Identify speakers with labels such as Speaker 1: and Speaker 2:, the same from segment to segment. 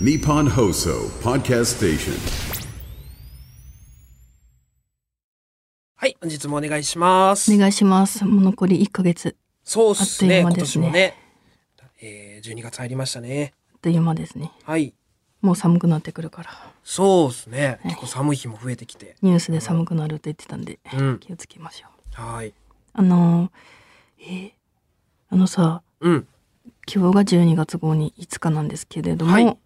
Speaker 1: Nippon Hoso Podcast Station.
Speaker 2: はい、本日もお願いします。
Speaker 3: お願いします。もう残り1ヶ月
Speaker 2: そうっすね、
Speaker 3: あ
Speaker 2: 今
Speaker 3: っという間で
Speaker 2: 年
Speaker 3: すね
Speaker 2: もね。えー、12月入りましたね。
Speaker 3: あっという間ですね。
Speaker 2: はい、
Speaker 3: もう寒くなってくるから、
Speaker 2: そうっすね。結構寒い日も増えてきて。
Speaker 3: ニュースで寒くなるって言ってたんで、
Speaker 2: うん
Speaker 3: 気をつけましょう。
Speaker 2: はい。
Speaker 3: あのー、えーあのさ、
Speaker 2: うん。
Speaker 3: 希望が12月号に5日なんですけれども、
Speaker 2: はい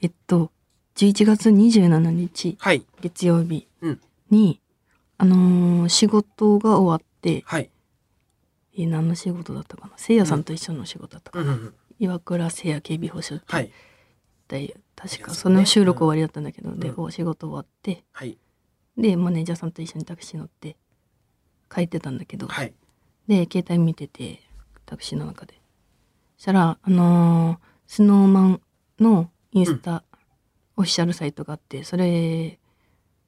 Speaker 3: えっと、11月27日、
Speaker 2: はい。
Speaker 3: 月曜日
Speaker 2: うん。
Speaker 3: に、あのー仕事が終わって、
Speaker 2: はい。
Speaker 3: えー何の仕事だったかなせいやさんと一緒の仕事だったか
Speaker 2: う
Speaker 3: な、
Speaker 2: んうんうん。
Speaker 3: 岩倉せいや警備保障
Speaker 2: は
Speaker 3: 隊
Speaker 2: い。
Speaker 3: 確かその収録終わりだったんだけど、で
Speaker 2: うん
Speaker 3: お仕事終わって、
Speaker 2: はい。
Speaker 3: でマネージャーさんと一緒にタクシー乗って帰ってたんだけど、
Speaker 2: はい。
Speaker 3: で携帯見ててタクシーの中でそしたらあのースノーマンのインスタ、オフィシャルサイトがあってそれ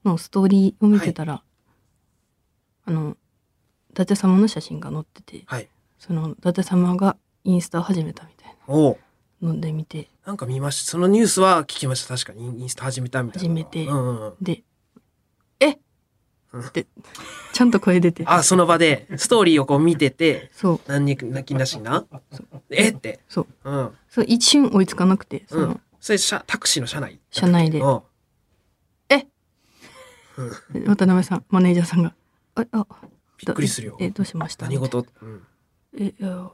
Speaker 3: のストーリーを見てたら、あの伊達様の写真が載ってて
Speaker 2: はい。
Speaker 3: その伊達様がインスタを始めたみたい
Speaker 2: おお。
Speaker 3: なので見て
Speaker 2: なんか見ました。そのニュースは聞きました。確かにインインスタ始めたみたいなのが。
Speaker 3: 始めて
Speaker 2: うんうんうん。
Speaker 3: で「えっ!」ってちゃんと声出て
Speaker 2: あ、その場で、ストーリーをこう見てて、
Speaker 3: そう
Speaker 2: 何に泣きなしな。えって。
Speaker 3: そう
Speaker 2: うん。
Speaker 3: そう一瞬追いつかなくてそうの、
Speaker 2: ん。それ、車タクシーの車内。
Speaker 3: 車内で
Speaker 2: うん。
Speaker 3: 渡辺さんマネージャーさんが「ああ
Speaker 2: びっくりするよ
Speaker 3: え。どうしました?」
Speaker 2: 何事うん。
Speaker 3: えいや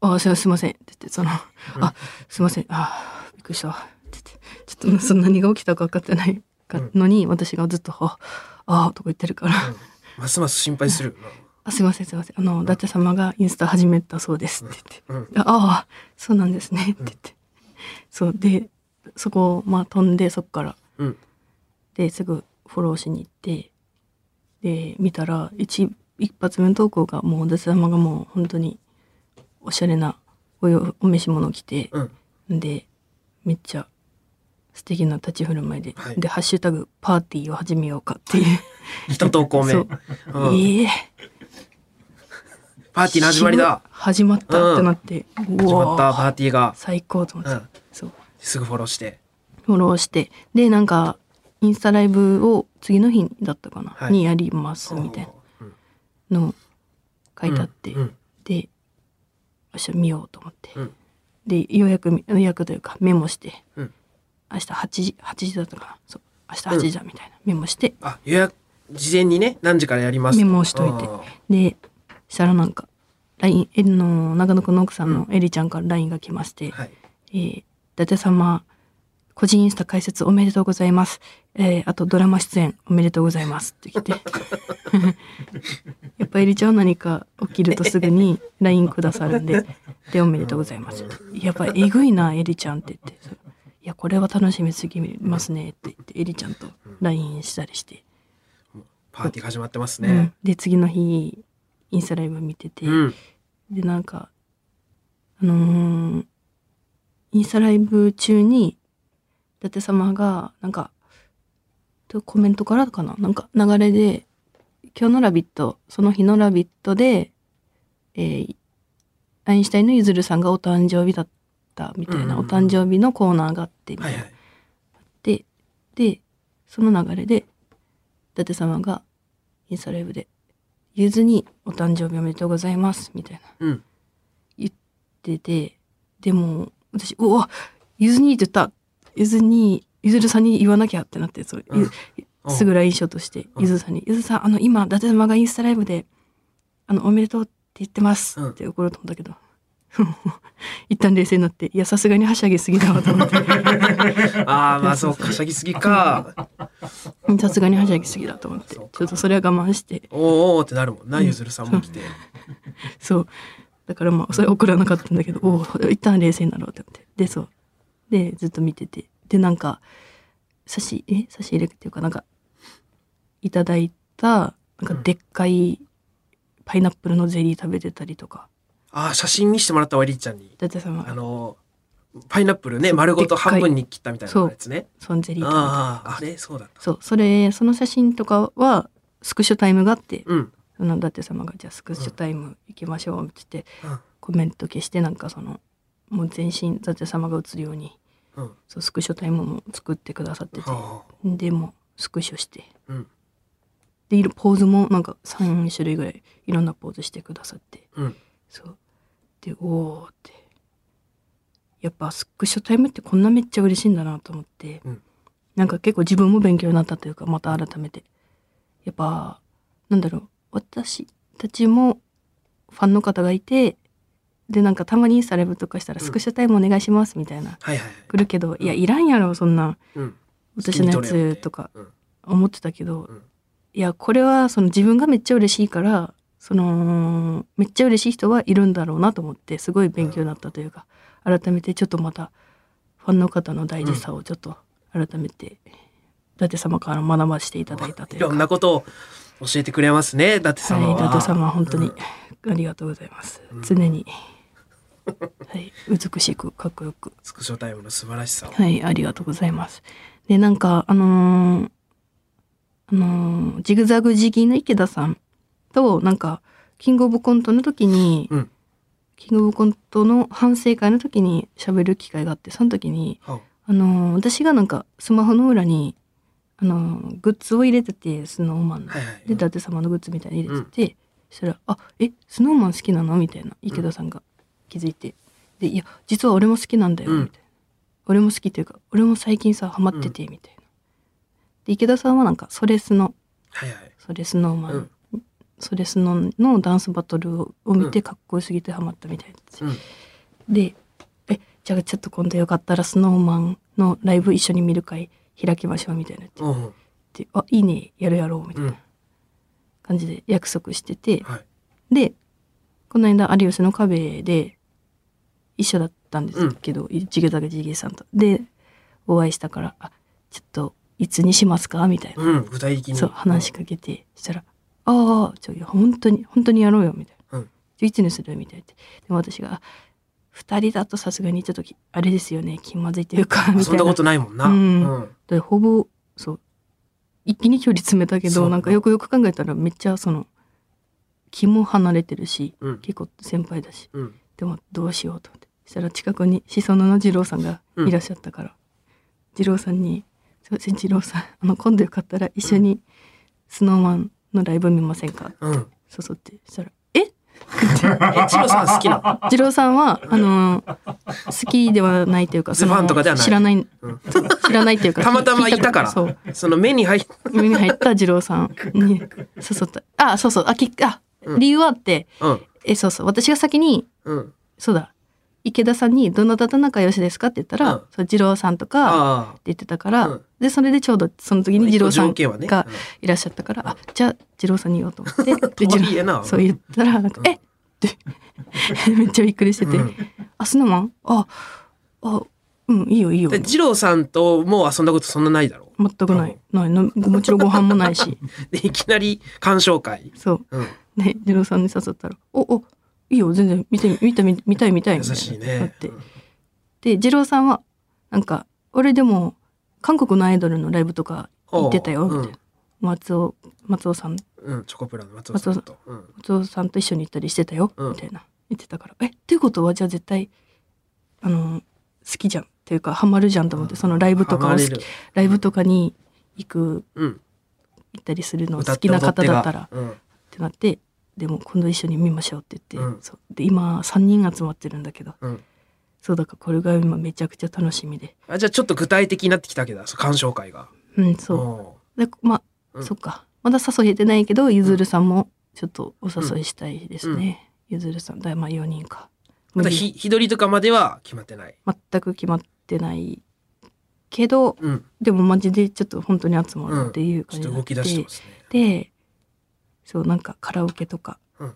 Speaker 3: あすいませんすいません」って言ってその「あすいませんあびっくりした」って言ってちょっとその何が起きたか分かってないかのに、私がずっと「ああ」とか言ってるから「
Speaker 2: ますます心配する。
Speaker 3: あすいませんすいませんあの伊達様がインスタ始めたそうです」って
Speaker 2: う
Speaker 3: 言
Speaker 2: ん
Speaker 3: って「ああそうなんですね」って言って、そうでそこをまあ飛んでそこから
Speaker 2: うん。
Speaker 3: ですぐフォローしに行ってで見たら一一発目の投稿がもうお弟子様がもう本当におしゃれなおよお召し物着て、
Speaker 2: うん。
Speaker 3: でめっちゃ素敵な立ち振る舞いで、
Speaker 2: はい
Speaker 3: で「ハッシュタグパーティーを始めようか」っていう
Speaker 2: 一投稿目。
Speaker 3: そううんええ
Speaker 2: パーティーの始まりだ。
Speaker 3: 始まったってなって、う
Speaker 2: 始ま
Speaker 3: わ
Speaker 2: ったパーティーが。
Speaker 3: 最高と思って、
Speaker 2: うん
Speaker 3: そう
Speaker 2: すぐフォローして。
Speaker 3: フォローしてでなんかインスタライブを次の日だったかな、
Speaker 2: はい
Speaker 3: にやりますみたいなの書いてあって、
Speaker 2: うんうん
Speaker 3: でよっしゃ見ようと思って、
Speaker 2: うん
Speaker 3: でようやくみようやくというかメモして、
Speaker 2: うん
Speaker 3: 明日8時8時だったかなそう明日8時だみたいな、メモして
Speaker 2: あ、予約、事前にね、何時からやります
Speaker 3: メモをしといて
Speaker 2: あ
Speaker 3: でしたらなんか LINE えの長野くんの奥さんのエリちゃんから LINE が来まし
Speaker 2: ー
Speaker 3: て、
Speaker 2: はい。
Speaker 3: えー、伊達様、個人インスタ開設おめでとうございます。えー、あとドラマ出演おめでとうございますって 来て。やっぱエリちゃんは何か起きるとすぐに LINE くださるんで、で、おめでとうございますって。やっぱえぐいな、エリちゃんって言って。いや、これは楽しみすぎますねって言って、エリちゃんと LINE したりして。
Speaker 2: パーティーが始まってます
Speaker 3: う
Speaker 2: ね
Speaker 3: ん。で、次の日、インスタライブ見てて、
Speaker 2: うん。
Speaker 3: でなんかあのーインスタライブ中に伊達様がなんかとコメントからかななんか流れで「今日の「ラビット!」その日の「ラビットで」えーアインシュタインのゆずるさんがお誕生日だったみたい
Speaker 2: う
Speaker 3: な、
Speaker 2: んうんうん
Speaker 3: お誕生日のコーナーがあってみた
Speaker 2: はいい
Speaker 3: な、
Speaker 2: はい。
Speaker 3: ででその流れで伊達様がインスタライブで「ゆずにお誕生日おめでとうございます」みたいな
Speaker 2: うん。
Speaker 3: 言っててでも私「うわゆずに」って言ったゆずにゆずるさんに言わなきゃってなってそう、
Speaker 2: うん
Speaker 3: ゆすぐ LINE しようとして
Speaker 2: うん
Speaker 3: ゆずるさんに「ゆずるさんあの今伊達様がインスタライブであのおめでとうって言ってます」
Speaker 2: うん
Speaker 3: って怒ろうと思ったけど。 一旦冷静になって「いやさすがにはしゃぎすぎだわ」と思って
Speaker 2: ああ、まあそうか、はしゃぎすぎ か。
Speaker 3: 「さすがにはしゃぎすぎだ」と思ってち
Speaker 2: そ
Speaker 3: ょ
Speaker 2: う
Speaker 3: っ
Speaker 2: か
Speaker 3: とそれは我慢して
Speaker 2: おーおーってなるもんな、ゆずるさんも来て。
Speaker 3: そうだからまあそれは怒らなかったんだけどおお一旦冷静になろうって思ってでそうでずっと見ててでなんか差しえ差し入れっていうかなんかいただいたなんかでっかいパイナップルのゼリー食べてたりとか
Speaker 2: ああ、写真見せてもらったわ、りっちゃんに
Speaker 3: 伊。達様
Speaker 2: あ
Speaker 3: が
Speaker 2: のー、パイナップルね、丸ごと半分に切ったみたいなやつね。
Speaker 3: そのゼリー食べて
Speaker 2: ああ、あれそうだった。
Speaker 3: そうそれその写真とかはスクショタイムがあって、
Speaker 2: うん。
Speaker 3: その伊達様が「じゃあスクショタイム行きましょう」って言って
Speaker 2: うん
Speaker 3: コメント消してなんかそのもう全身伊達様が映るように
Speaker 2: うん。は
Speaker 3: そうスクショタイムも作ってくださってて
Speaker 2: あ。
Speaker 3: でもスクショして
Speaker 2: うん。
Speaker 3: でいろポーズもなんか3種類ぐらいいろんなポーズしてくださって
Speaker 2: うん。
Speaker 3: そうでおおってやっぱスクショタイムってこんなめっちゃ嬉しいんだなと思って、
Speaker 2: うん
Speaker 3: なんか結構自分も勉強になったというかまた改めてやっぱなんだろう私たちもファンの方がいてでなんかたまにインスタライブとかしたら「
Speaker 2: うん
Speaker 3: スクショタイムお願いします」みたいな、
Speaker 2: はいはい。
Speaker 3: 来るけど、いやいらんやろそんな
Speaker 2: うん。
Speaker 3: 私のやつとか
Speaker 2: うん。
Speaker 3: 思ってたけど、
Speaker 2: うん
Speaker 3: いやこれはその自分がめっちゃ嬉しいからそのめっちゃ嬉しい人はいるんだろうなと思ってすごい勉強になったというか、改めてちょっとまたファンの方の大事さをちょっと改めて、伊達様から学ばせていただいたと
Speaker 2: い
Speaker 3: いう
Speaker 2: ろん
Speaker 3: か。
Speaker 2: なことを教えてくれますね、伊達様
Speaker 3: はい、
Speaker 2: は。
Speaker 3: 伊達様本当に、ありがとうございます。常に、はい、美しくかっこよく
Speaker 2: スクショタイムの素晴らしさを。
Speaker 3: はい、ありがとうございます。で、なんか、あのーあのージグザグジギーの池田さんと、なんか、キングオブコントの時に、
Speaker 2: うん
Speaker 3: キングオブコントの反省会の時に喋る機会があって、その時に、
Speaker 2: は
Speaker 3: あのー私がなんか、スマホの裏に、あのーグッズを入れてて、スノーマン
Speaker 2: い
Speaker 3: の。
Speaker 2: はい
Speaker 3: で、伊達様のグッズみたいに入れてて、そしたら「あえスノーマン好きなの?」みたいな池田さんが気づいて「でいや実は俺も好きなんだよ」
Speaker 2: うん
Speaker 3: みたいな「俺も好き」というか「俺も最近さハマってて」みたいな。で池田さんはなんかソレスの
Speaker 2: はいはい。
Speaker 3: ソレスノーマン、
Speaker 2: うん
Speaker 3: ソレスノのダンスバトルを見てかっこよすぎてハマったみたいなんですよ
Speaker 2: うん。
Speaker 3: で「えじゃあちょっと今度よかったらスノーマンのライブ一緒に見る会開きましょう」みたいなって
Speaker 2: うん。
Speaker 3: で「あいいねやるやろう」みた
Speaker 2: う
Speaker 3: い
Speaker 2: ん。
Speaker 3: な感じで約束してて、
Speaker 2: はい。
Speaker 3: でこの間「有吉の壁」で一緒だったんですけど、ジゲザゲジゲさんと。でお会いしたから「あちょっといつにしますか?」みたいな、
Speaker 2: うん。具体的に。
Speaker 3: そう話しかけてしたら「ああちょいや本当に本当にやろうよ」みたいな
Speaker 2: うん。
Speaker 3: 「ちょいつにする?」みたいなでも私があ「2人だとさすがにちょっときあれですよね気まずいというか」み
Speaker 2: そん
Speaker 3: たい
Speaker 2: な
Speaker 3: な
Speaker 2: ことないもんな。
Speaker 3: うんでほぼそう一気に距離詰めたけ
Speaker 2: そ
Speaker 3: ど
Speaker 2: う
Speaker 3: なんかよくよく考えたらめっちゃその気も離れてるし、
Speaker 2: うん
Speaker 3: 結構先輩だし
Speaker 2: うん。
Speaker 3: でもどうしようと思ってそしたら近くにしそのの二郎さんがいらっしゃったから、二郎さんに「すいません二郎さんあの今度よかったら一緒にスノーマンのライブ見ませんか?」って
Speaker 2: うん。
Speaker 3: 誘ってそしたら「え
Speaker 2: え、チロさん好きなの
Speaker 3: 二郎さんはあ の好きではないというかその
Speaker 2: ファンとかではない
Speaker 3: 知らない
Speaker 2: ん
Speaker 3: そう知らないという か
Speaker 2: たまたまいたか
Speaker 3: 聞そう
Speaker 2: ら。その目に入っ
Speaker 3: 耳に入った二郎さんに誘ったあそうそうあきあ理由はあって、
Speaker 2: うん。
Speaker 3: えそうそう私が先に
Speaker 2: うん。
Speaker 3: そうだ池田さんに「どなたと仲良しですか?」って言ったら、
Speaker 2: うん
Speaker 3: そう二郎さんとか
Speaker 2: ああ
Speaker 3: って言ってたから、
Speaker 2: うん
Speaker 3: でそれでちょうどその時に二郎さ
Speaker 2: 一応条
Speaker 3: ん
Speaker 2: 件はね
Speaker 3: が
Speaker 2: うん
Speaker 3: いらっしゃったから「あじゃあ二郎さんに言おう」と思ってで
Speaker 2: と
Speaker 3: 二
Speaker 2: はいえな
Speaker 3: 郎そう言ったらなんか「えっ!」って めっちゃびっくりしてて「
Speaker 2: うん
Speaker 3: あスノーマンああうんいいよいいよ」
Speaker 2: で。二郎さんともう遊んだことそんなないだろ
Speaker 3: 全くないないなもちろんご飯もな いし
Speaker 2: う。で、いきなり鑑賞会。
Speaker 3: そう
Speaker 2: うん。
Speaker 3: で二郎さんに誘ったら「おおいいよ全然見て見た見見たい見たい」
Speaker 2: 優
Speaker 3: みたいな
Speaker 2: しい
Speaker 3: なっ
Speaker 2: ね。
Speaker 3: てで二郎さんはなんか「俺でも韓国のアイドルのライブとか行ってたよ」
Speaker 2: お
Speaker 3: み
Speaker 2: う
Speaker 3: たいな、松尾松尾さん
Speaker 2: うん。チョコプラの松尾さんと。うん。
Speaker 3: 松尾さんと一緒に行ったりしてたよ、
Speaker 2: うん
Speaker 3: みたいな言ってたから「えっていうことはじゃあ絶対あの好きじゃん」っていうかハマるじゃんと思ってそのライブとかを
Speaker 2: ハマ
Speaker 3: 好
Speaker 2: れ
Speaker 3: き
Speaker 2: る
Speaker 3: ライブとかに行く
Speaker 2: うん。
Speaker 3: 行ったりするの
Speaker 2: 歌
Speaker 3: 好
Speaker 2: っ
Speaker 3: き
Speaker 2: て
Speaker 3: な
Speaker 2: 踊
Speaker 3: 方
Speaker 2: て
Speaker 3: だっ
Speaker 2: が
Speaker 3: たら。
Speaker 2: うん。
Speaker 3: ってなってでも今度一緒に見ましょうって言って、
Speaker 2: うん
Speaker 3: そうで今3人集まってるんだけど
Speaker 2: うん。
Speaker 3: そうだからこれが今めちゃくちゃ楽しみで
Speaker 2: あじゃあちょっと具体的になってきたわけだ、そう鑑賞会が。
Speaker 3: うんそう
Speaker 2: お
Speaker 3: でまあ、
Speaker 2: うん
Speaker 3: そっかまだ誘えてないけどゆずるさんもちょっとお誘いしたいですね、ゆずるさんだいまあ4人か
Speaker 2: うまだ
Speaker 3: 無
Speaker 2: 日
Speaker 3: 理
Speaker 2: 日取りとかまでは決まってない。
Speaker 3: 全く決まってないけど
Speaker 2: うん。
Speaker 3: でもマジでちょっと本当に集ま
Speaker 2: う
Speaker 3: る
Speaker 2: ん。
Speaker 3: っていう
Speaker 2: ちょっ
Speaker 3: 感じ
Speaker 2: と
Speaker 3: にな
Speaker 2: 動
Speaker 3: っ
Speaker 2: き
Speaker 3: てて
Speaker 2: 出してますね。
Speaker 3: でそうなんかカラオケとか
Speaker 2: うん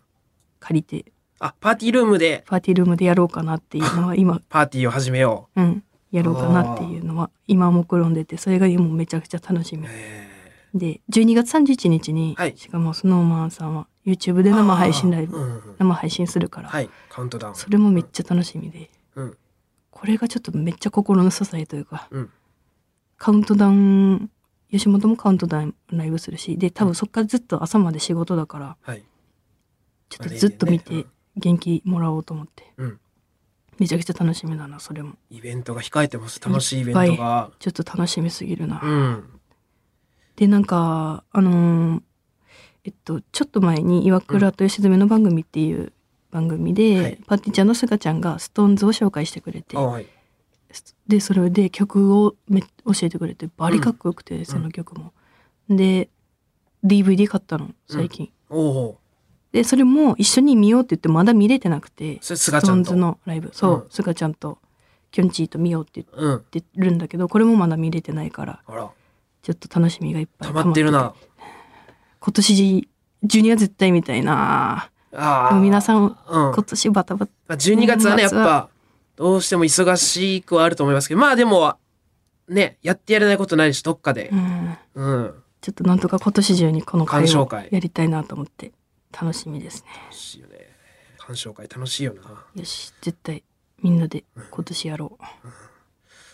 Speaker 3: 借りて
Speaker 2: あ、パーティールームで
Speaker 3: パーティールームでやろうかなっていうのは今
Speaker 2: パーティーを始めよ
Speaker 3: うん、やろうかなっていうのは今もくろんでてそれがもうめちゃくちゃ楽しみ
Speaker 2: う。え
Speaker 3: で12月31日に、
Speaker 2: はい
Speaker 3: しかもスノーマンさんは YouTube で
Speaker 2: ー
Speaker 3: 生配信ライブ、
Speaker 2: うんうん
Speaker 3: 生配信するから、
Speaker 2: はい、カウントダウン。
Speaker 3: それもめっちゃ楽しみで、
Speaker 2: うん。
Speaker 3: これがちょっとめっちゃ心の支えというか
Speaker 2: うん。
Speaker 3: カウントダウン吉本もカウントダウンライブするしで多分そっからずっと朝まで仕事だから
Speaker 2: はい。
Speaker 3: ちょっとずっと見
Speaker 2: まあ例
Speaker 3: て
Speaker 2: でね
Speaker 3: 元気もらおうと思って
Speaker 2: うん。
Speaker 3: めちゃくちゃ楽しみだなそれも
Speaker 2: イベントが控えてます楽しいイベントが
Speaker 3: ちょっと楽しみすぎるな、
Speaker 2: うん
Speaker 3: でなんかあのーえっとちょっと前に「岩倉と吉住の番組」っていう番組で、
Speaker 2: はい
Speaker 3: パーティーちゃんのすがちゃんがストーンズを紹介してくれて
Speaker 2: あはい
Speaker 3: でそれで曲をめ教えてくれてバリかっこよくて、その曲も。で DVD 買ったの最近。
Speaker 2: おお
Speaker 3: でそれも一緒に見ようって言ってまだ見れてなくて
Speaker 2: それ
Speaker 3: ス
Speaker 2: 菅ち
Speaker 3: ト
Speaker 2: ゃ
Speaker 3: ー
Speaker 2: ん
Speaker 3: ン
Speaker 2: と
Speaker 3: ズのライブそう、
Speaker 2: うん
Speaker 3: すがちゃんときょんちぃと見ようって
Speaker 2: うん
Speaker 3: 言ってるんだけどこれもまだ見れてないから
Speaker 2: あら
Speaker 3: ちょっと楽しみがいっぱい
Speaker 2: 溜まってる
Speaker 3: 溜ま
Speaker 2: な
Speaker 3: てて今年中には絶対みたいな
Speaker 2: あ
Speaker 3: で
Speaker 2: あ
Speaker 3: も皆さん
Speaker 2: うん
Speaker 3: 今年バタバタ
Speaker 2: まあ、12月はね、やっ
Speaker 3: 年末は
Speaker 2: ぱ、どうしても忙しくはあると思いますけど、まあでも、ね、やってやれないことないし、どっかで
Speaker 3: う、ん
Speaker 2: うん、
Speaker 3: ちょっとなんとか今年中にこの会
Speaker 2: 鑑賞
Speaker 3: を
Speaker 2: 会
Speaker 3: やりたいなと思って楽しみですね
Speaker 2: 楽しいよね。鑑賞会楽しいよな。
Speaker 3: よし絶対みんなで今年やろう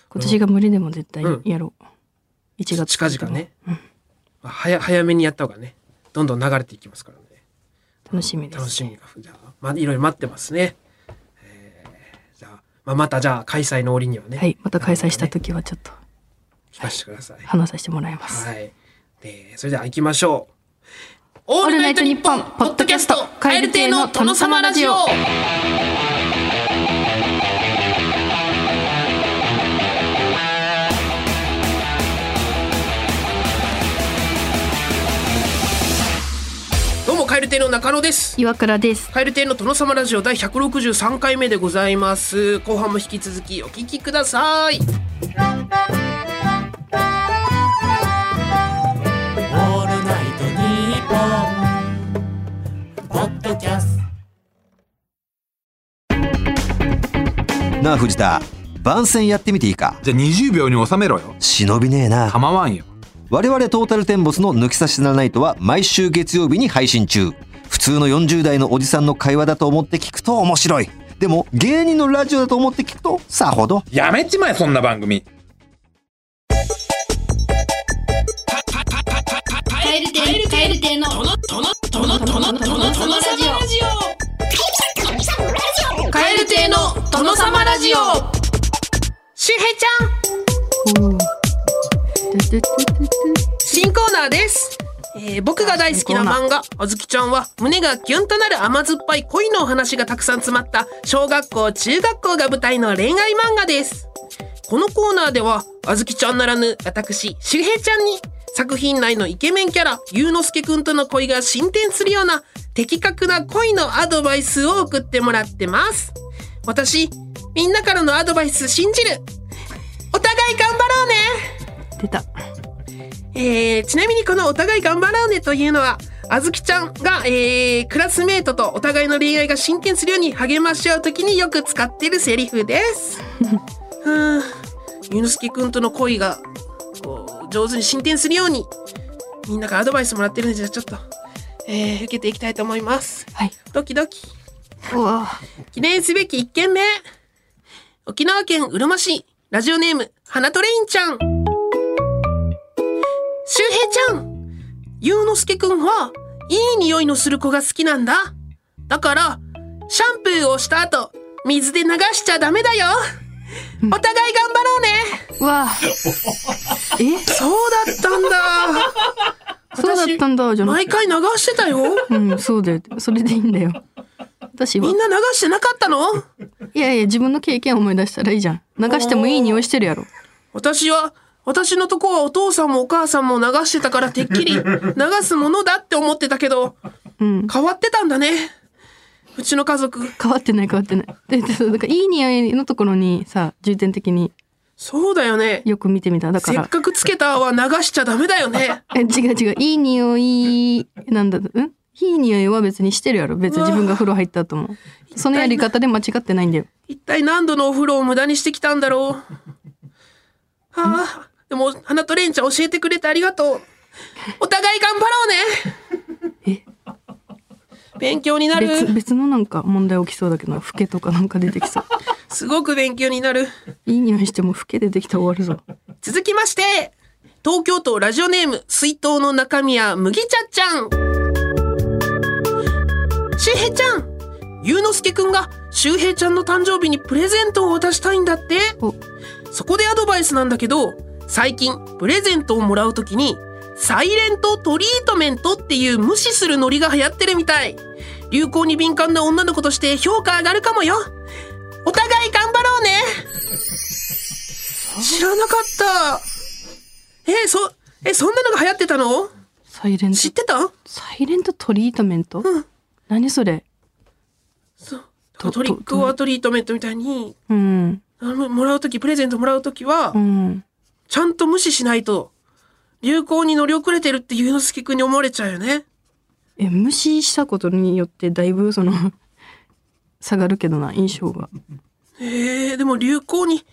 Speaker 3: 今年が無理でも絶対
Speaker 2: うん
Speaker 3: やろう、1月
Speaker 2: 近々ね。まあ早早めにやった方がね、どんどん流れていきますからね。
Speaker 3: 楽しみです
Speaker 2: 楽しみが、じゃあ、まあ、いろいろ待ってますね。えーじゃあ、まあ、またじゃあ、開催の折にはね、
Speaker 3: はいまた開催した時はちょっと
Speaker 2: 聞かせてください。
Speaker 3: 話させてもらいます、
Speaker 2: はい。で、それでは行きましょう。オ
Speaker 3: ールナイトニッポンポッドキャスト蛙亭の殿様ラジオ
Speaker 2: どうも、蛙亭の中野です。
Speaker 3: 岩倉です
Speaker 2: 蛙亭の殿様ラジオ第163回目でございます。後半も引き続きお聞きください。
Speaker 4: オールナイトニッポン」ポッドキャスト
Speaker 5: なあ藤田番宣やってみていいか
Speaker 6: じゃあ20秒に収めろよ。
Speaker 5: 忍びねえな
Speaker 6: 構わんよ。
Speaker 5: 我々トータルテンボスの抜き差しならないとは毎週月曜日に配信中普通の40代のおじさんの会話だと思って聞くと面白いでも芸人のラジオだと思って聞くとさほど
Speaker 6: やめちまえ、そんな番組。
Speaker 2: 蛙亭の殿様ラジオ。しへちゃん、新コーナーです。えー僕が大好きな漫画、あずきちゃんは胸がキュンとなる甘酸っぱい恋のお話がたくさん詰まった小学校、中学校が舞台の恋愛漫画です。このコーナーでは、あずきちゃんならぬ私、しゅへいちゃんに作品内のイケメンキャラ、ゆうのすけくんとの恋が進展するような的確な恋のアドバイスを送ってもらってます。私、みんなからのアドバイス信じる。お互い頑張ろうね
Speaker 3: 出た
Speaker 2: えーちなみにこのお互い頑張ろうねというのは、あずきちゃんが、えークラスメートとお互いの恋愛が進展するように励まし合うときによく使っているセリフです。ふーんゆうのすけくんとの恋が、こう、上手に進展するように、みんなからアドバイスもらってるんで、ちょっと、えー受けていきたいと思います。
Speaker 3: はい
Speaker 2: ドキドキ。
Speaker 3: うわ
Speaker 2: 記念すべき1件目沖縄県うるま市ラジオネーム花トレインちゃん周平ちゃんゆうのすけくんはいい匂いのする子が好きなんだだからシャンプーをした後水で流しちゃダメだよお互い頑張ろうね
Speaker 3: うわえ
Speaker 2: そうだったんだ
Speaker 3: そうだったんだじゃなく
Speaker 2: 毎
Speaker 3: て
Speaker 2: 回流してたよ
Speaker 3: うんそうだよそれでいいんだよ私は
Speaker 2: みんな流してなかったの
Speaker 3: いやいや自分の経験を思い出したらいいじゃん流してもいい匂いしてるやろ
Speaker 2: 私は、私のとこはお父さんもお母さんも流してたからてっきり流すものだって思ってたけど、
Speaker 3: うん
Speaker 2: 変わってたんだね。うちの家族。
Speaker 3: 変わってない変わってないででそうだからいい匂いのところにさ重点的に
Speaker 2: そうだよね。
Speaker 3: よく見てみただか
Speaker 2: せっ
Speaker 3: ら
Speaker 2: かくつけたは流しちゃダメだよね。
Speaker 3: え違う違ういい匂いなんだうんいい匂いは別にしてるやろ別に自分が風呂入った後もそのやり方で間違ってないんだよ
Speaker 2: 一体何度のお風呂を無駄にしてきたんだろう。はあ、でも、花とレンちゃん教えてくれてありがとう。お互い頑張ろうね。勉強になる。
Speaker 3: 別別のなんか問題起きそうだけどなフケとかなんか出てきそう
Speaker 2: すごく勉強になる。
Speaker 3: いい匂いしてもフケ出てきたら終わるぞ
Speaker 2: 続きまして、東京都ラジオネーム、水筒の中身は麦茶ちゃん。しへちゃん、ゆうのすけくんが周平ちゃんの誕生日にプレゼントを渡したいんだって
Speaker 3: お
Speaker 2: そこでアドバイスなんだけど最近プレゼントをもらうときにサイレントトリートメントっていう無視するノリが流行ってるみたい流行に敏感な女の子として評価上がるかもよお互い頑張ろうね知らなかったえそえそんなのが流行ってたの
Speaker 3: サイレント
Speaker 2: 知ってた
Speaker 3: サイレントトリートメント、
Speaker 2: うん
Speaker 3: 何それ
Speaker 2: そう
Speaker 3: と
Speaker 2: トリックオアトリートメントみたいに
Speaker 3: うん
Speaker 2: あのもらうときプレゼントもらうときは
Speaker 3: うん
Speaker 2: ちゃんと無視しないと流行に乗り遅れてるってゆうのすけくんに思われちゃうよね
Speaker 3: え無視したことによってだいぶその 下がるけどな印象が
Speaker 2: えー、でも流行に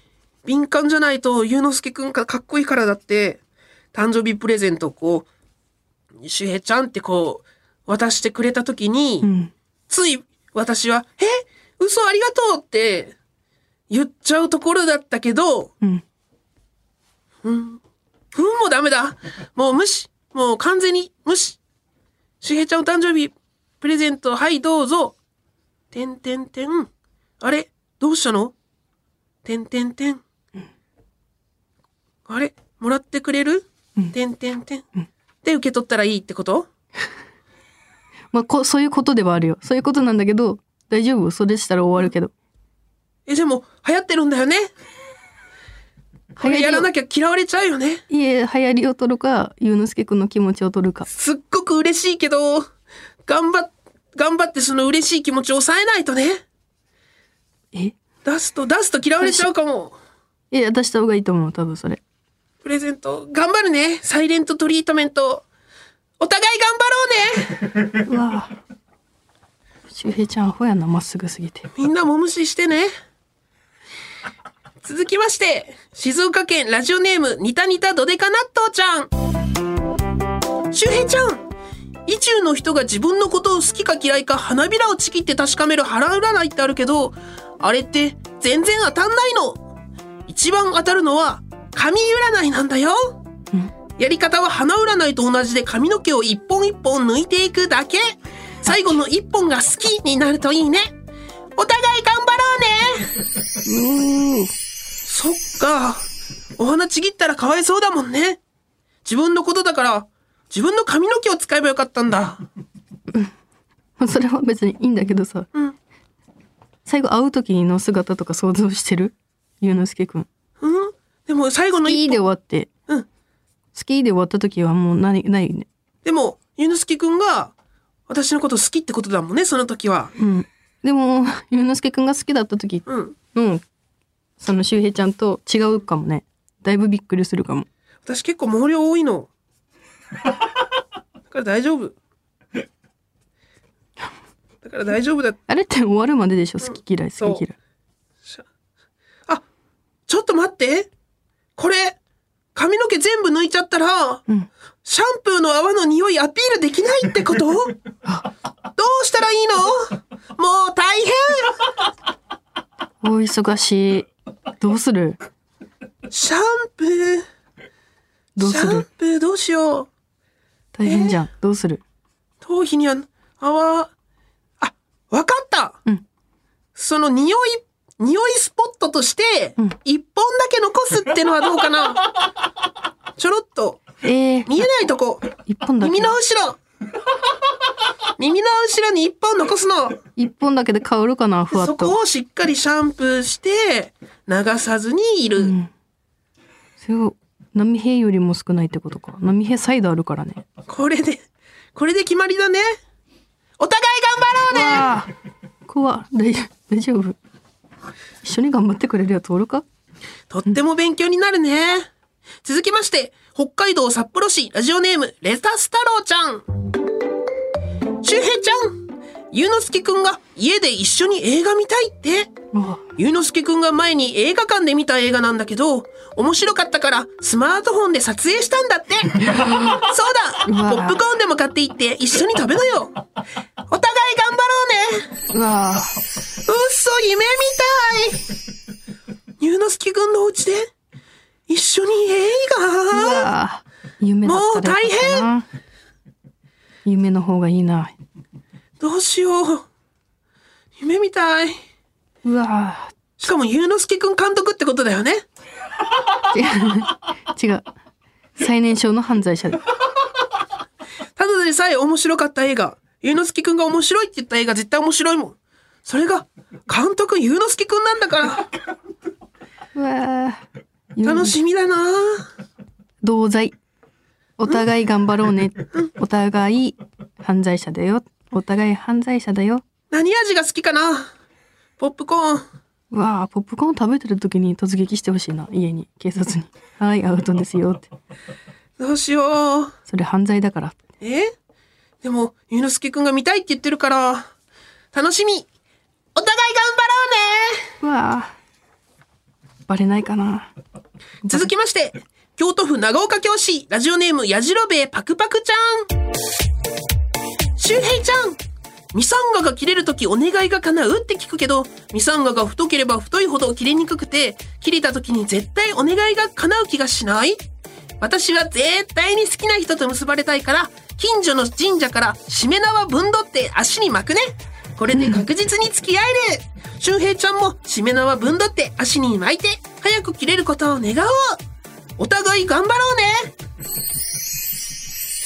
Speaker 2: 敏感じゃないとゆうのすけくんがかっこいいからだって誕生日プレゼントをこうしゅへちゃんってこう渡してくれたときに、
Speaker 3: うん
Speaker 2: つい私は「え嘘ありがとう」って言っちゃうところだったけど
Speaker 3: うん
Speaker 2: うん、もうダメだ。もう無視。もう完全に無視。しげちゃんお誕生日、プレゼント、はい、どうぞ。てんてんてん。あれどうしたのてんてんてん。あれもらってくれる、てんてんてん。で、受け取ったらいいってこと
Speaker 3: まあこそういうことではあるよそういうことなんだけど大丈夫それしたら終わるけど
Speaker 2: え、でも、流行ってるんだよね。これやらなきゃ嫌われちゃうよね。
Speaker 3: いえ流行りを取るかゆうのすけくんの気持ちを取るか
Speaker 2: すっごく嬉しいけど、頑張っ、頑張ってその嬉しい気持ちを抑えないとね。
Speaker 3: え
Speaker 2: 出すと出すと嫌われちゃうかも。
Speaker 3: いや出した方がいいと思う多分それ
Speaker 2: プレゼント、頑張るね。サイレントトリートメント。お互い頑張ろうね。
Speaker 3: うわぁ周平ちゃんアホやなまっすぐすぎて
Speaker 2: みんなも無視してね。続きまして、静岡県ラジオネーム、ニタニタドデカ納豆ちゃん。周平ちゃん。意中の人が自分のことを好きか嫌いか花びらをちぎって確かめる腹占いってあるけど、あれって全然当たんないの。一番当たるのは紙占いなんだよ。やり方は花占いと同じで髪の毛を一本一本抜いていくだけ。最後の一本が好きになるといいね。お互い頑張ろうね。そっか。お花ちぎったらかわいそうだもんね。自分のことだから、自分の髪の毛を使えばよかったんだ。
Speaker 3: まあそれは別にいいんだけどさ、
Speaker 2: うん
Speaker 3: 最後会う時の姿とか想像してるゆうのすけくん
Speaker 2: うんでも最後
Speaker 3: 「
Speaker 2: の
Speaker 3: 好き」
Speaker 2: 一
Speaker 3: で終
Speaker 2: 本。
Speaker 3: わって「
Speaker 2: うん
Speaker 3: 好き」で終わった時はもうないないね
Speaker 2: でも、ゆうのすけくんが、私のこと好きってことだもんね、その時は。
Speaker 3: うんでもゆうのすけくんが好きだった時
Speaker 2: うん。
Speaker 3: のその周平ちゃんと違うかもねだいぶびっくりするかも
Speaker 2: 私結構毛量多いの。 だから大丈夫。だから大丈夫だ。
Speaker 3: あれって終わるまででしょ好き嫌い好き嫌い
Speaker 2: ちょっと待って。これ、髪の毛全部抜いちゃったら、
Speaker 3: うん
Speaker 2: シャンプーの泡の匂いアピールできないってこと どうしたらいいのもう大変
Speaker 3: お忙しいどうする
Speaker 2: シャンプー、
Speaker 3: どう
Speaker 2: シ
Speaker 3: す
Speaker 2: ャン
Speaker 3: る
Speaker 2: プーどうしよう。
Speaker 3: 大変じゃん、どうする
Speaker 2: 頭皮には泡、あ、わかった、
Speaker 3: うん
Speaker 2: その匂い、匂いスポットとして
Speaker 3: うん、
Speaker 2: 一本だけ残すってのはどうかな、ちょろっと、
Speaker 3: ええー、
Speaker 2: 見えないとこ。
Speaker 3: 一本だけ
Speaker 2: 耳の後ろ耳の後ろに一本残すので
Speaker 3: 一本だけで香るかなふわ
Speaker 2: そ
Speaker 3: っ
Speaker 2: ことをしっかりシャンプーして流さずにいる、
Speaker 3: んそれを波平よりも少ないってことか波平サイドあるからね
Speaker 2: これでこれで決まりだねお互い頑張ろうね
Speaker 3: ああ怖大丈夫大丈夫一緒に頑張ってくれるやつおるか
Speaker 2: とっても勉強になるね続きまして北海道札幌市ラジオネームレタス太郎ちゃん周平ちゃんゆうのすけくんが家で一緒に映画見たいって
Speaker 3: あ
Speaker 2: ゆうのすけくんが前に映画館で見た映画なんだけど、面白かったからスマートフォンで撮影したんだって。そうだポ
Speaker 3: うわ
Speaker 2: ップコーンでも買っていって一緒に食べなよ。お互い頑張ろうね
Speaker 3: あうわあ
Speaker 2: うっそ、夢みたいゆうのすけくんのお家で一緒に映
Speaker 3: う
Speaker 2: 画
Speaker 3: わあ夢だったらよかったな夢の方がいいな
Speaker 2: どうしよう。夢みたい。
Speaker 3: うわ
Speaker 2: しかも、ゆうのすけくん監督ってことだよね。
Speaker 3: ー違う最年少の犯罪者で
Speaker 2: ただでさえ面白かった映画。ゆうのすけくんが面白いって言った映画絶対面白いもん。それが、監督ゆうのすけくんなんだから、
Speaker 3: うわー
Speaker 2: 楽しみだなぁ
Speaker 3: 同罪お互い頑張ろうねお互い犯罪者だよお互い犯罪者だよ
Speaker 2: 何味が好きかなポップコーン。
Speaker 3: うわあポップコーン食べてる時に突撃してほしいな家に警察に 「はいアウトですよ」って
Speaker 2: どうしよう。
Speaker 3: 「それ犯罪だから
Speaker 2: えでも、ゆうのすけくんが見たいって言ってるから、楽しみ。お互い頑張ろうね」
Speaker 3: うわあバレないかな
Speaker 2: 続きまして、京都府長岡京市、ラジオネーム、やじろべえパクパクちゃん。周平ちゃん。ミサンガが切れるときお願いが叶うって聞くけど、ミサンガが太ければ太いほど切れにくくて、切れたときに絶対お願いが叶う気がしない私は絶対に好きな人と結ばれたいから、近所の神社からしめ縄ぶんどって足に巻くね。これで確実に付き合える。周平ちゃんもしめ縄ぶんどって足に巻いて、早く切れることを願おう。お互い頑張ろうね。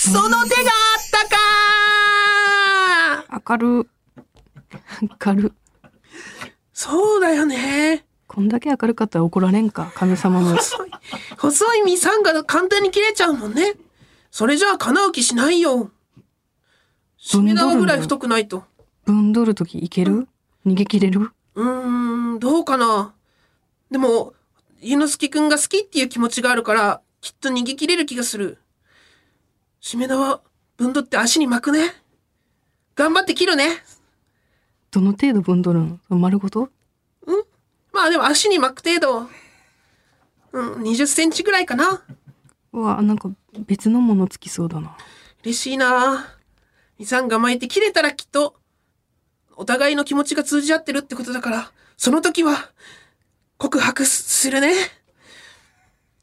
Speaker 2: その手があったか
Speaker 3: 明る明る
Speaker 2: そうだよね。
Speaker 3: こんだけ明るかったら怒られんか神様も
Speaker 2: 細い、細いミサンが簡単に切れちゃうもんね。それじゃあ叶う気しないよ。しめ縄ぐらい太くないと。
Speaker 3: ぶんどる時いける逃げ切れる
Speaker 2: うーん、どうかな。でも、ゆのすきくんが好きっていう気持ちがあるから、きっと逃げ切れる気がする。しめ縄、ぶんどって足に巻くね。頑張って切るね。
Speaker 3: どの程度ぶんどるの丸ごと
Speaker 2: まあでも足に巻く程度。うん、20センチぐらいかな。
Speaker 3: うわなんか別のものつきそうだな
Speaker 2: 嬉しいなミサンが巻いて切れたらきっと、お互いの気持ちが通じ合ってるってことだから、その時は、告白するね。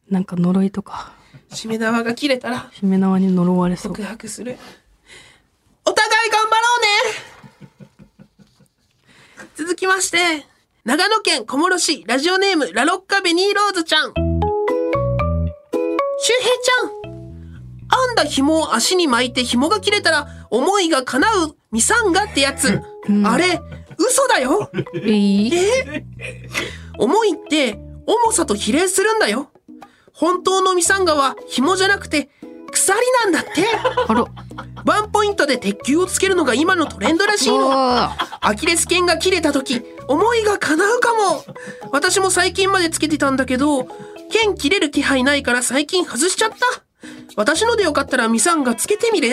Speaker 3: なんか呪いとか
Speaker 2: しめ縄が切れたら、
Speaker 3: しめ縄に呪われそう
Speaker 2: 告白する。お互い頑張ろうね 続きまして、長野県小諸市ラジオネームラロッカベニーローズちゃん。周平ちゃん編んだ紐を足に巻いて紐が切れたら思いが叶うミサンガってやつ。あれ、嘘だよ
Speaker 3: えい
Speaker 2: 重いって重さと比例するんだよ本当のミサンガは紐じゃなくて鎖なんだって
Speaker 3: あら
Speaker 2: ワンポイントで鉄球をつけるのが今のトレンドらしいのアキレス腱が切れた時思いが叶うかも私も最近までつけてたんだけど剣切れる気配ないから最近外しちゃった私のでよかったらミサンガつけてみる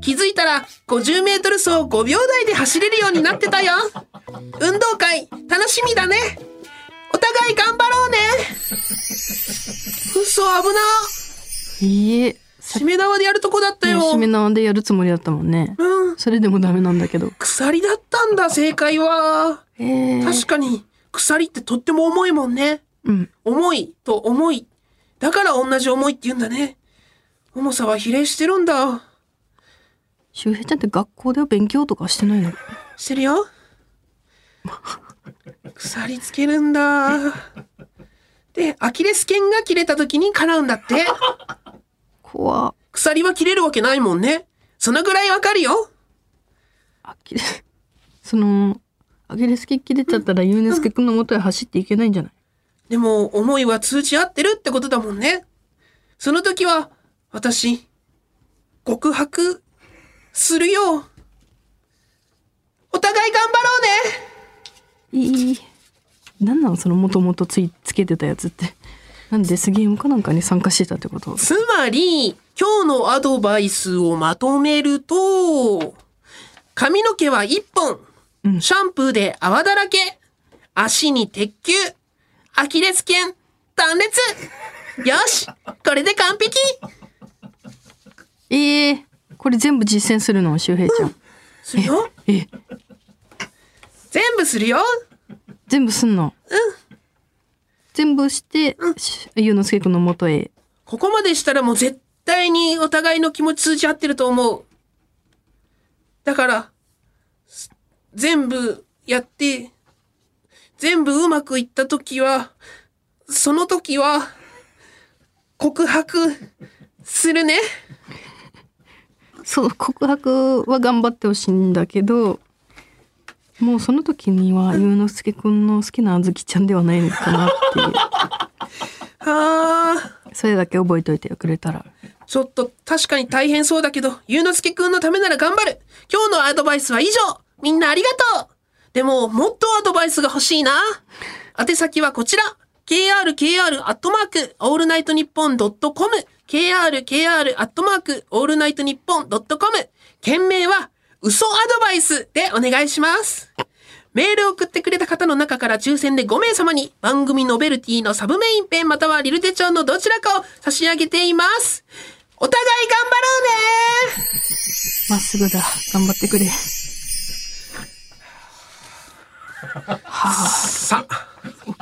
Speaker 2: 気づいたら50メートル走5秒台で走れるようになってたよ運動会楽しみだねお互い頑張ろうね嘘危ない
Speaker 3: いえ
Speaker 2: 締め縄でやるとこだったよ
Speaker 3: しめ縄でやるつもりだったもんね
Speaker 2: うん
Speaker 3: それでもダメなんだけど
Speaker 2: 鎖だったんだ正解は
Speaker 3: えー、
Speaker 2: 確かに鎖ってとっても重いもんね
Speaker 3: うん
Speaker 2: 重いと重いだから同じ重いって言うんだね重さは比例してるんだ
Speaker 3: 周平ちゃんって学校では勉強とかしてないの
Speaker 2: してるよ鎖つけるんだでアキレス腱が切れた時に叶うんだって
Speaker 3: 怖っ
Speaker 2: 鎖は切れるわけないもんねそのぐらいわかるよ
Speaker 3: アキレス そのアキレス腱切れちゃったらユーネスケ君の元へ走っていけないんじゃない
Speaker 2: でも、思いは通じ合ってるってことだもんね。その時は、私、告白、するよ。お互い頑張ろうね
Speaker 3: いいなんなんそのもともとついつけてたやつってなんでデスゲームかなんかに参加してたってこと
Speaker 2: つまり、今日のアドバイスをまとめると、髪の毛は1本、シャンプーで泡だらけ、足に鉄球、アキレス腱、断裂。よし、これで完璧
Speaker 3: ええこれ全部実践するの周平ちゃん、
Speaker 2: するよ。
Speaker 3: ええ
Speaker 2: 全部するよ。
Speaker 3: 全部すんのうん全部して、しゆうのすけくんの元へ
Speaker 2: ここまでしたらもう絶対にお互いの気持ち通じ合ってると思う。だから、す全部やって、全部うまくいった時は、その時は、告白、するね。
Speaker 3: そう告白は頑張ってほしいんだけどもうその時にはゆうのすけくんの好きなあずきちゃんではないのかなっていう
Speaker 2: はあ。
Speaker 3: それだけ覚えといてくれたら
Speaker 2: ちょっと確かに大変そうだけど、ゆうのすけくんのためなら頑張る今日のアドバイスは以上みんなありがとうでも、もっとアドバイスが欲しいな宛先はこちら krkr アットマークオールナイトニッポンドットコム krkr アットマークオールナイトニッポンドットコム件名は嘘アドバイスでお願いしますメールを送ってくれた方の中から抽選で5名様に番組ノベルティのサブメインペンまたはリルテ帳のどちらかを差し上げています。お互い頑張ろうね
Speaker 3: まっすぐだ頑張ってくれ
Speaker 2: さ、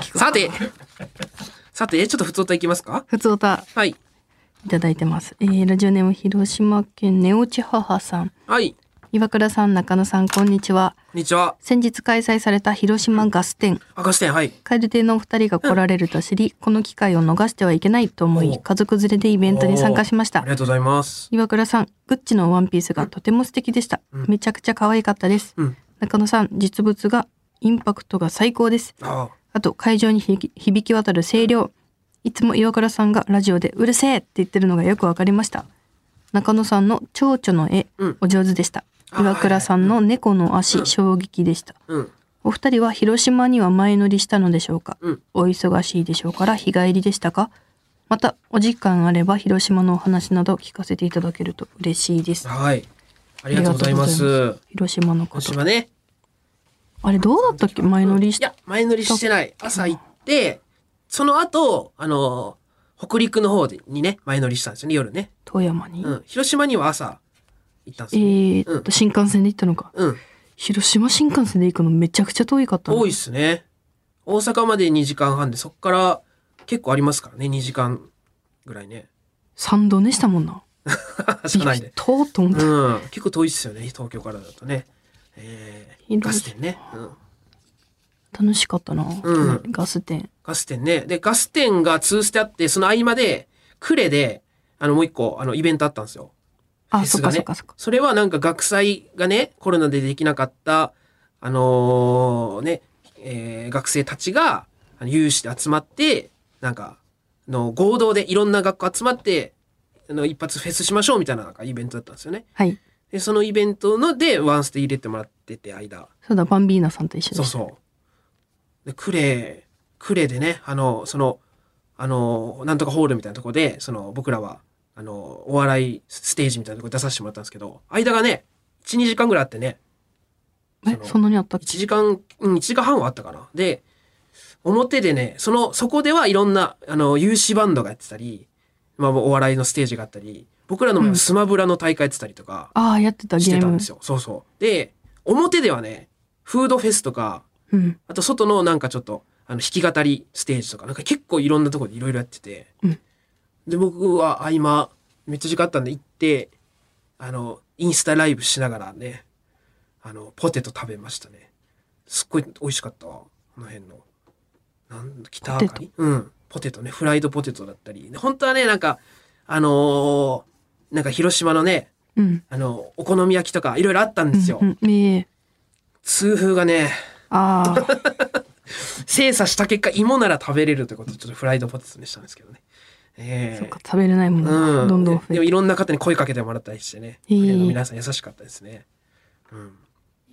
Speaker 2: さて、 さて、ちょっと普通といきますか
Speaker 3: ふつおた
Speaker 2: はい。
Speaker 3: いただいてます、えーラジオネーム広島県寝落ち母さん
Speaker 2: はい。こ
Speaker 3: 岩倉さん中野さんこんにちは
Speaker 2: んにちは。
Speaker 3: 先日開催された広島ガス展
Speaker 2: 赤視点、はい。
Speaker 3: 蛙亭のお二人が来られると知り、この機会を逃してはいけないと思い家族連れでイベントに参加しまし
Speaker 2: あ
Speaker 3: た
Speaker 2: りがとうございます。
Speaker 3: 岩倉さんグッチのワンピースがとても素敵でした、めちゃくちゃ可愛かったです、
Speaker 2: ん
Speaker 3: 中野さん実物がインパクトが最高です
Speaker 2: あ
Speaker 3: あと会場に響き響き渡る声量いつも岩倉さんがラジオで「うるせえ!」って言ってるのがよくわかりました中野さんの蝶々の絵、
Speaker 2: うん
Speaker 3: お上手でした岩倉さんの猫の足、衝撃でした
Speaker 2: うん。
Speaker 3: お二人は広島には前乗りしたのでしょうか、
Speaker 2: うん
Speaker 3: お忙しいでしょうから日帰りでしたかまたお時間あれば広島のお話など聞かせていただけると嬉しいですあ
Speaker 2: はい。ありがとうございます。
Speaker 3: りがとうございます広島のこ
Speaker 2: 今
Speaker 3: と
Speaker 2: 年はね、
Speaker 3: あれどうだったっけ前乗りし
Speaker 2: いや、前乗りしてない。朝行って、その後、あの、北陸の方でにね、前乗りしたんですよね、夜ね。
Speaker 3: 富山に、
Speaker 2: うん。広島には朝行ったんです
Speaker 3: え
Speaker 2: よ。
Speaker 3: ーっと、新幹線で行ったのか
Speaker 2: うん。
Speaker 3: 広島新幹線で行くのめちゃくちゃ遠いかったの
Speaker 2: 多いっすね。大阪まで2時間半で、そっから結構ありますからね、2時間ぐらいね。
Speaker 3: 3度寝したもんな
Speaker 2: 車内で。
Speaker 3: 遠っと思って、
Speaker 2: うん。結構遠いっすよね、東京からだとね。えー、ガス店ね。うん。
Speaker 3: 楽しかったな、
Speaker 2: うん
Speaker 3: ガス店
Speaker 2: ガス店ね。で、ガス店が通してあって、その合間で、呉で、あの、もう一個、あの、イベントあったんですよ。
Speaker 3: あ
Speaker 2: フェ
Speaker 3: そ
Speaker 2: ス
Speaker 3: っか
Speaker 2: が
Speaker 3: そっ
Speaker 2: ね
Speaker 3: かそっか。
Speaker 2: それはなんか学祭がね、コロナでできなかった、あのーね、えー学生たちが、あの有志で集まって、なんか、あの合同でいろんな学校集まって、あの、一発フェスしましょうみたいななんかイベントだったんですよね。
Speaker 3: はい
Speaker 2: で、そのイベントので、ワンステ入れてもらってて、間。
Speaker 3: そうだバンビーナさんと一緒
Speaker 2: そう
Speaker 3: でした
Speaker 2: そう。で、クレクレでね、あの、その、あの、なんとかホールみたいなとこで、その、僕らは、あの、お笑いステージみたいなとこ出させてもらったんですけど、間がね、1、2時間ぐらいあってね、
Speaker 3: えそんなにあったっけ
Speaker 2: 1時間、うん、1時間半はあったかな。で、表でね、その、そこではいろんな、あの、有志バンドがやってたり、まあ、お笑いのステージがあったり、僕らの前はスマブラの大会やってたりとか、
Speaker 3: ああやってた
Speaker 2: し
Speaker 3: ゲ
Speaker 2: て
Speaker 3: ー
Speaker 2: たん
Speaker 3: ム
Speaker 2: ですよ。そうそう。で、表ではね、フードフェスとか、
Speaker 3: うん
Speaker 2: あと外のなんかちょっとあの弾き語りステージとかなんか結構いろんなところでいろいろやってて、
Speaker 3: うん
Speaker 2: で僕は合間めっちゃ時間あったんで行ってあのインスタライブしながらねあのポテト食べましたねすっごい美味しかったわこの辺のなんだ北あかりうんポテトねフライドポテトだったり本当はねなんかあのーなんか広島のね
Speaker 3: うん
Speaker 2: あのお好み焼きとかいろいろあったんですよ、
Speaker 3: うんええ
Speaker 2: 痛風がね
Speaker 3: ああ
Speaker 2: 精査した結果芋なら食べれるということでちょっとフライドポテトにしたんですけどね。ええ
Speaker 3: そっか食べれないもんな、、
Speaker 2: うんん、
Speaker 3: どんどん増
Speaker 2: で
Speaker 3: え
Speaker 2: も
Speaker 3: て
Speaker 2: いろんな方に声かけてもらったりしてね、
Speaker 3: へえ
Speaker 2: プレーの皆さん優しかったですね、うん、
Speaker 3: 行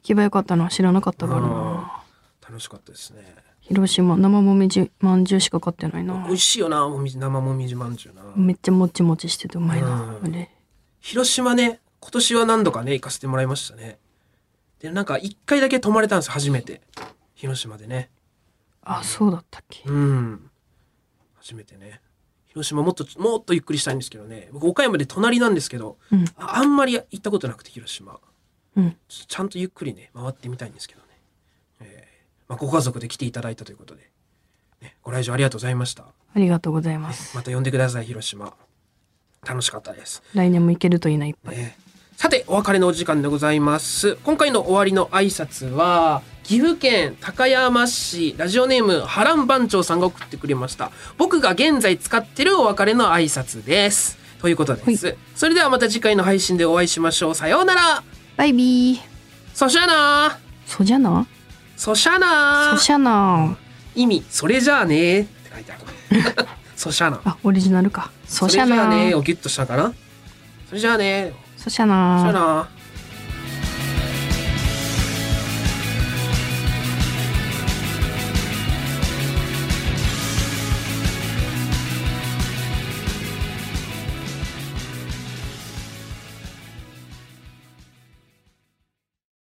Speaker 3: けばよかったな知らなかったからな
Speaker 2: あ楽しかったですね
Speaker 3: 広島生もみじまんじゅうしか買ってないな
Speaker 2: 美味しいよなもみじ生もみじまんじゅうな、
Speaker 3: めっちゃもちもちしててうまいな、
Speaker 2: うん
Speaker 3: あれ
Speaker 2: 広島ね今年は何度かね行かせてもらいましたねでなんか一回だけ泊まれたんですよ初めて広島でね
Speaker 3: あそうだったっけ
Speaker 2: うん初めてね広島もっともっとゆっくりしたいんですけどね僕岡山で隣なんですけど
Speaker 3: うん
Speaker 2: ああんまり行ったことなくて広島
Speaker 3: うん
Speaker 2: ちょちゃんとゆっくりね回ってみたいんですけどね、えーまあ、ご家族で来ていただいたということで、ね、ご来場ありがとうございました
Speaker 3: ありがとうございます
Speaker 2: また呼んでください広島楽しかったです、
Speaker 3: 来年も行けるといいないっぱい
Speaker 2: ねさてお別れのお時間でございます今回の終わりの挨拶は「岐阜県高山市ラジオネーム波乱番長さんが送ってくれました僕が現在使ってるお別れの挨拶ですということです、それではまた次回の配信でお会いしましょうさようなら
Speaker 3: バイビー。
Speaker 2: そしゃな
Speaker 3: そじゃな
Speaker 2: そしゃな
Speaker 3: そしゃな
Speaker 2: 意味それじゃあねーって書いてある そしゃな
Speaker 3: あ、オリジナルか。そ
Speaker 2: それ
Speaker 3: し
Speaker 2: じ
Speaker 3: ゃ
Speaker 2: ゃあ
Speaker 3: な
Speaker 2: ねーをギュッとしたかなそれじゃあねー
Speaker 3: そしゃな
Speaker 2: そしゃなー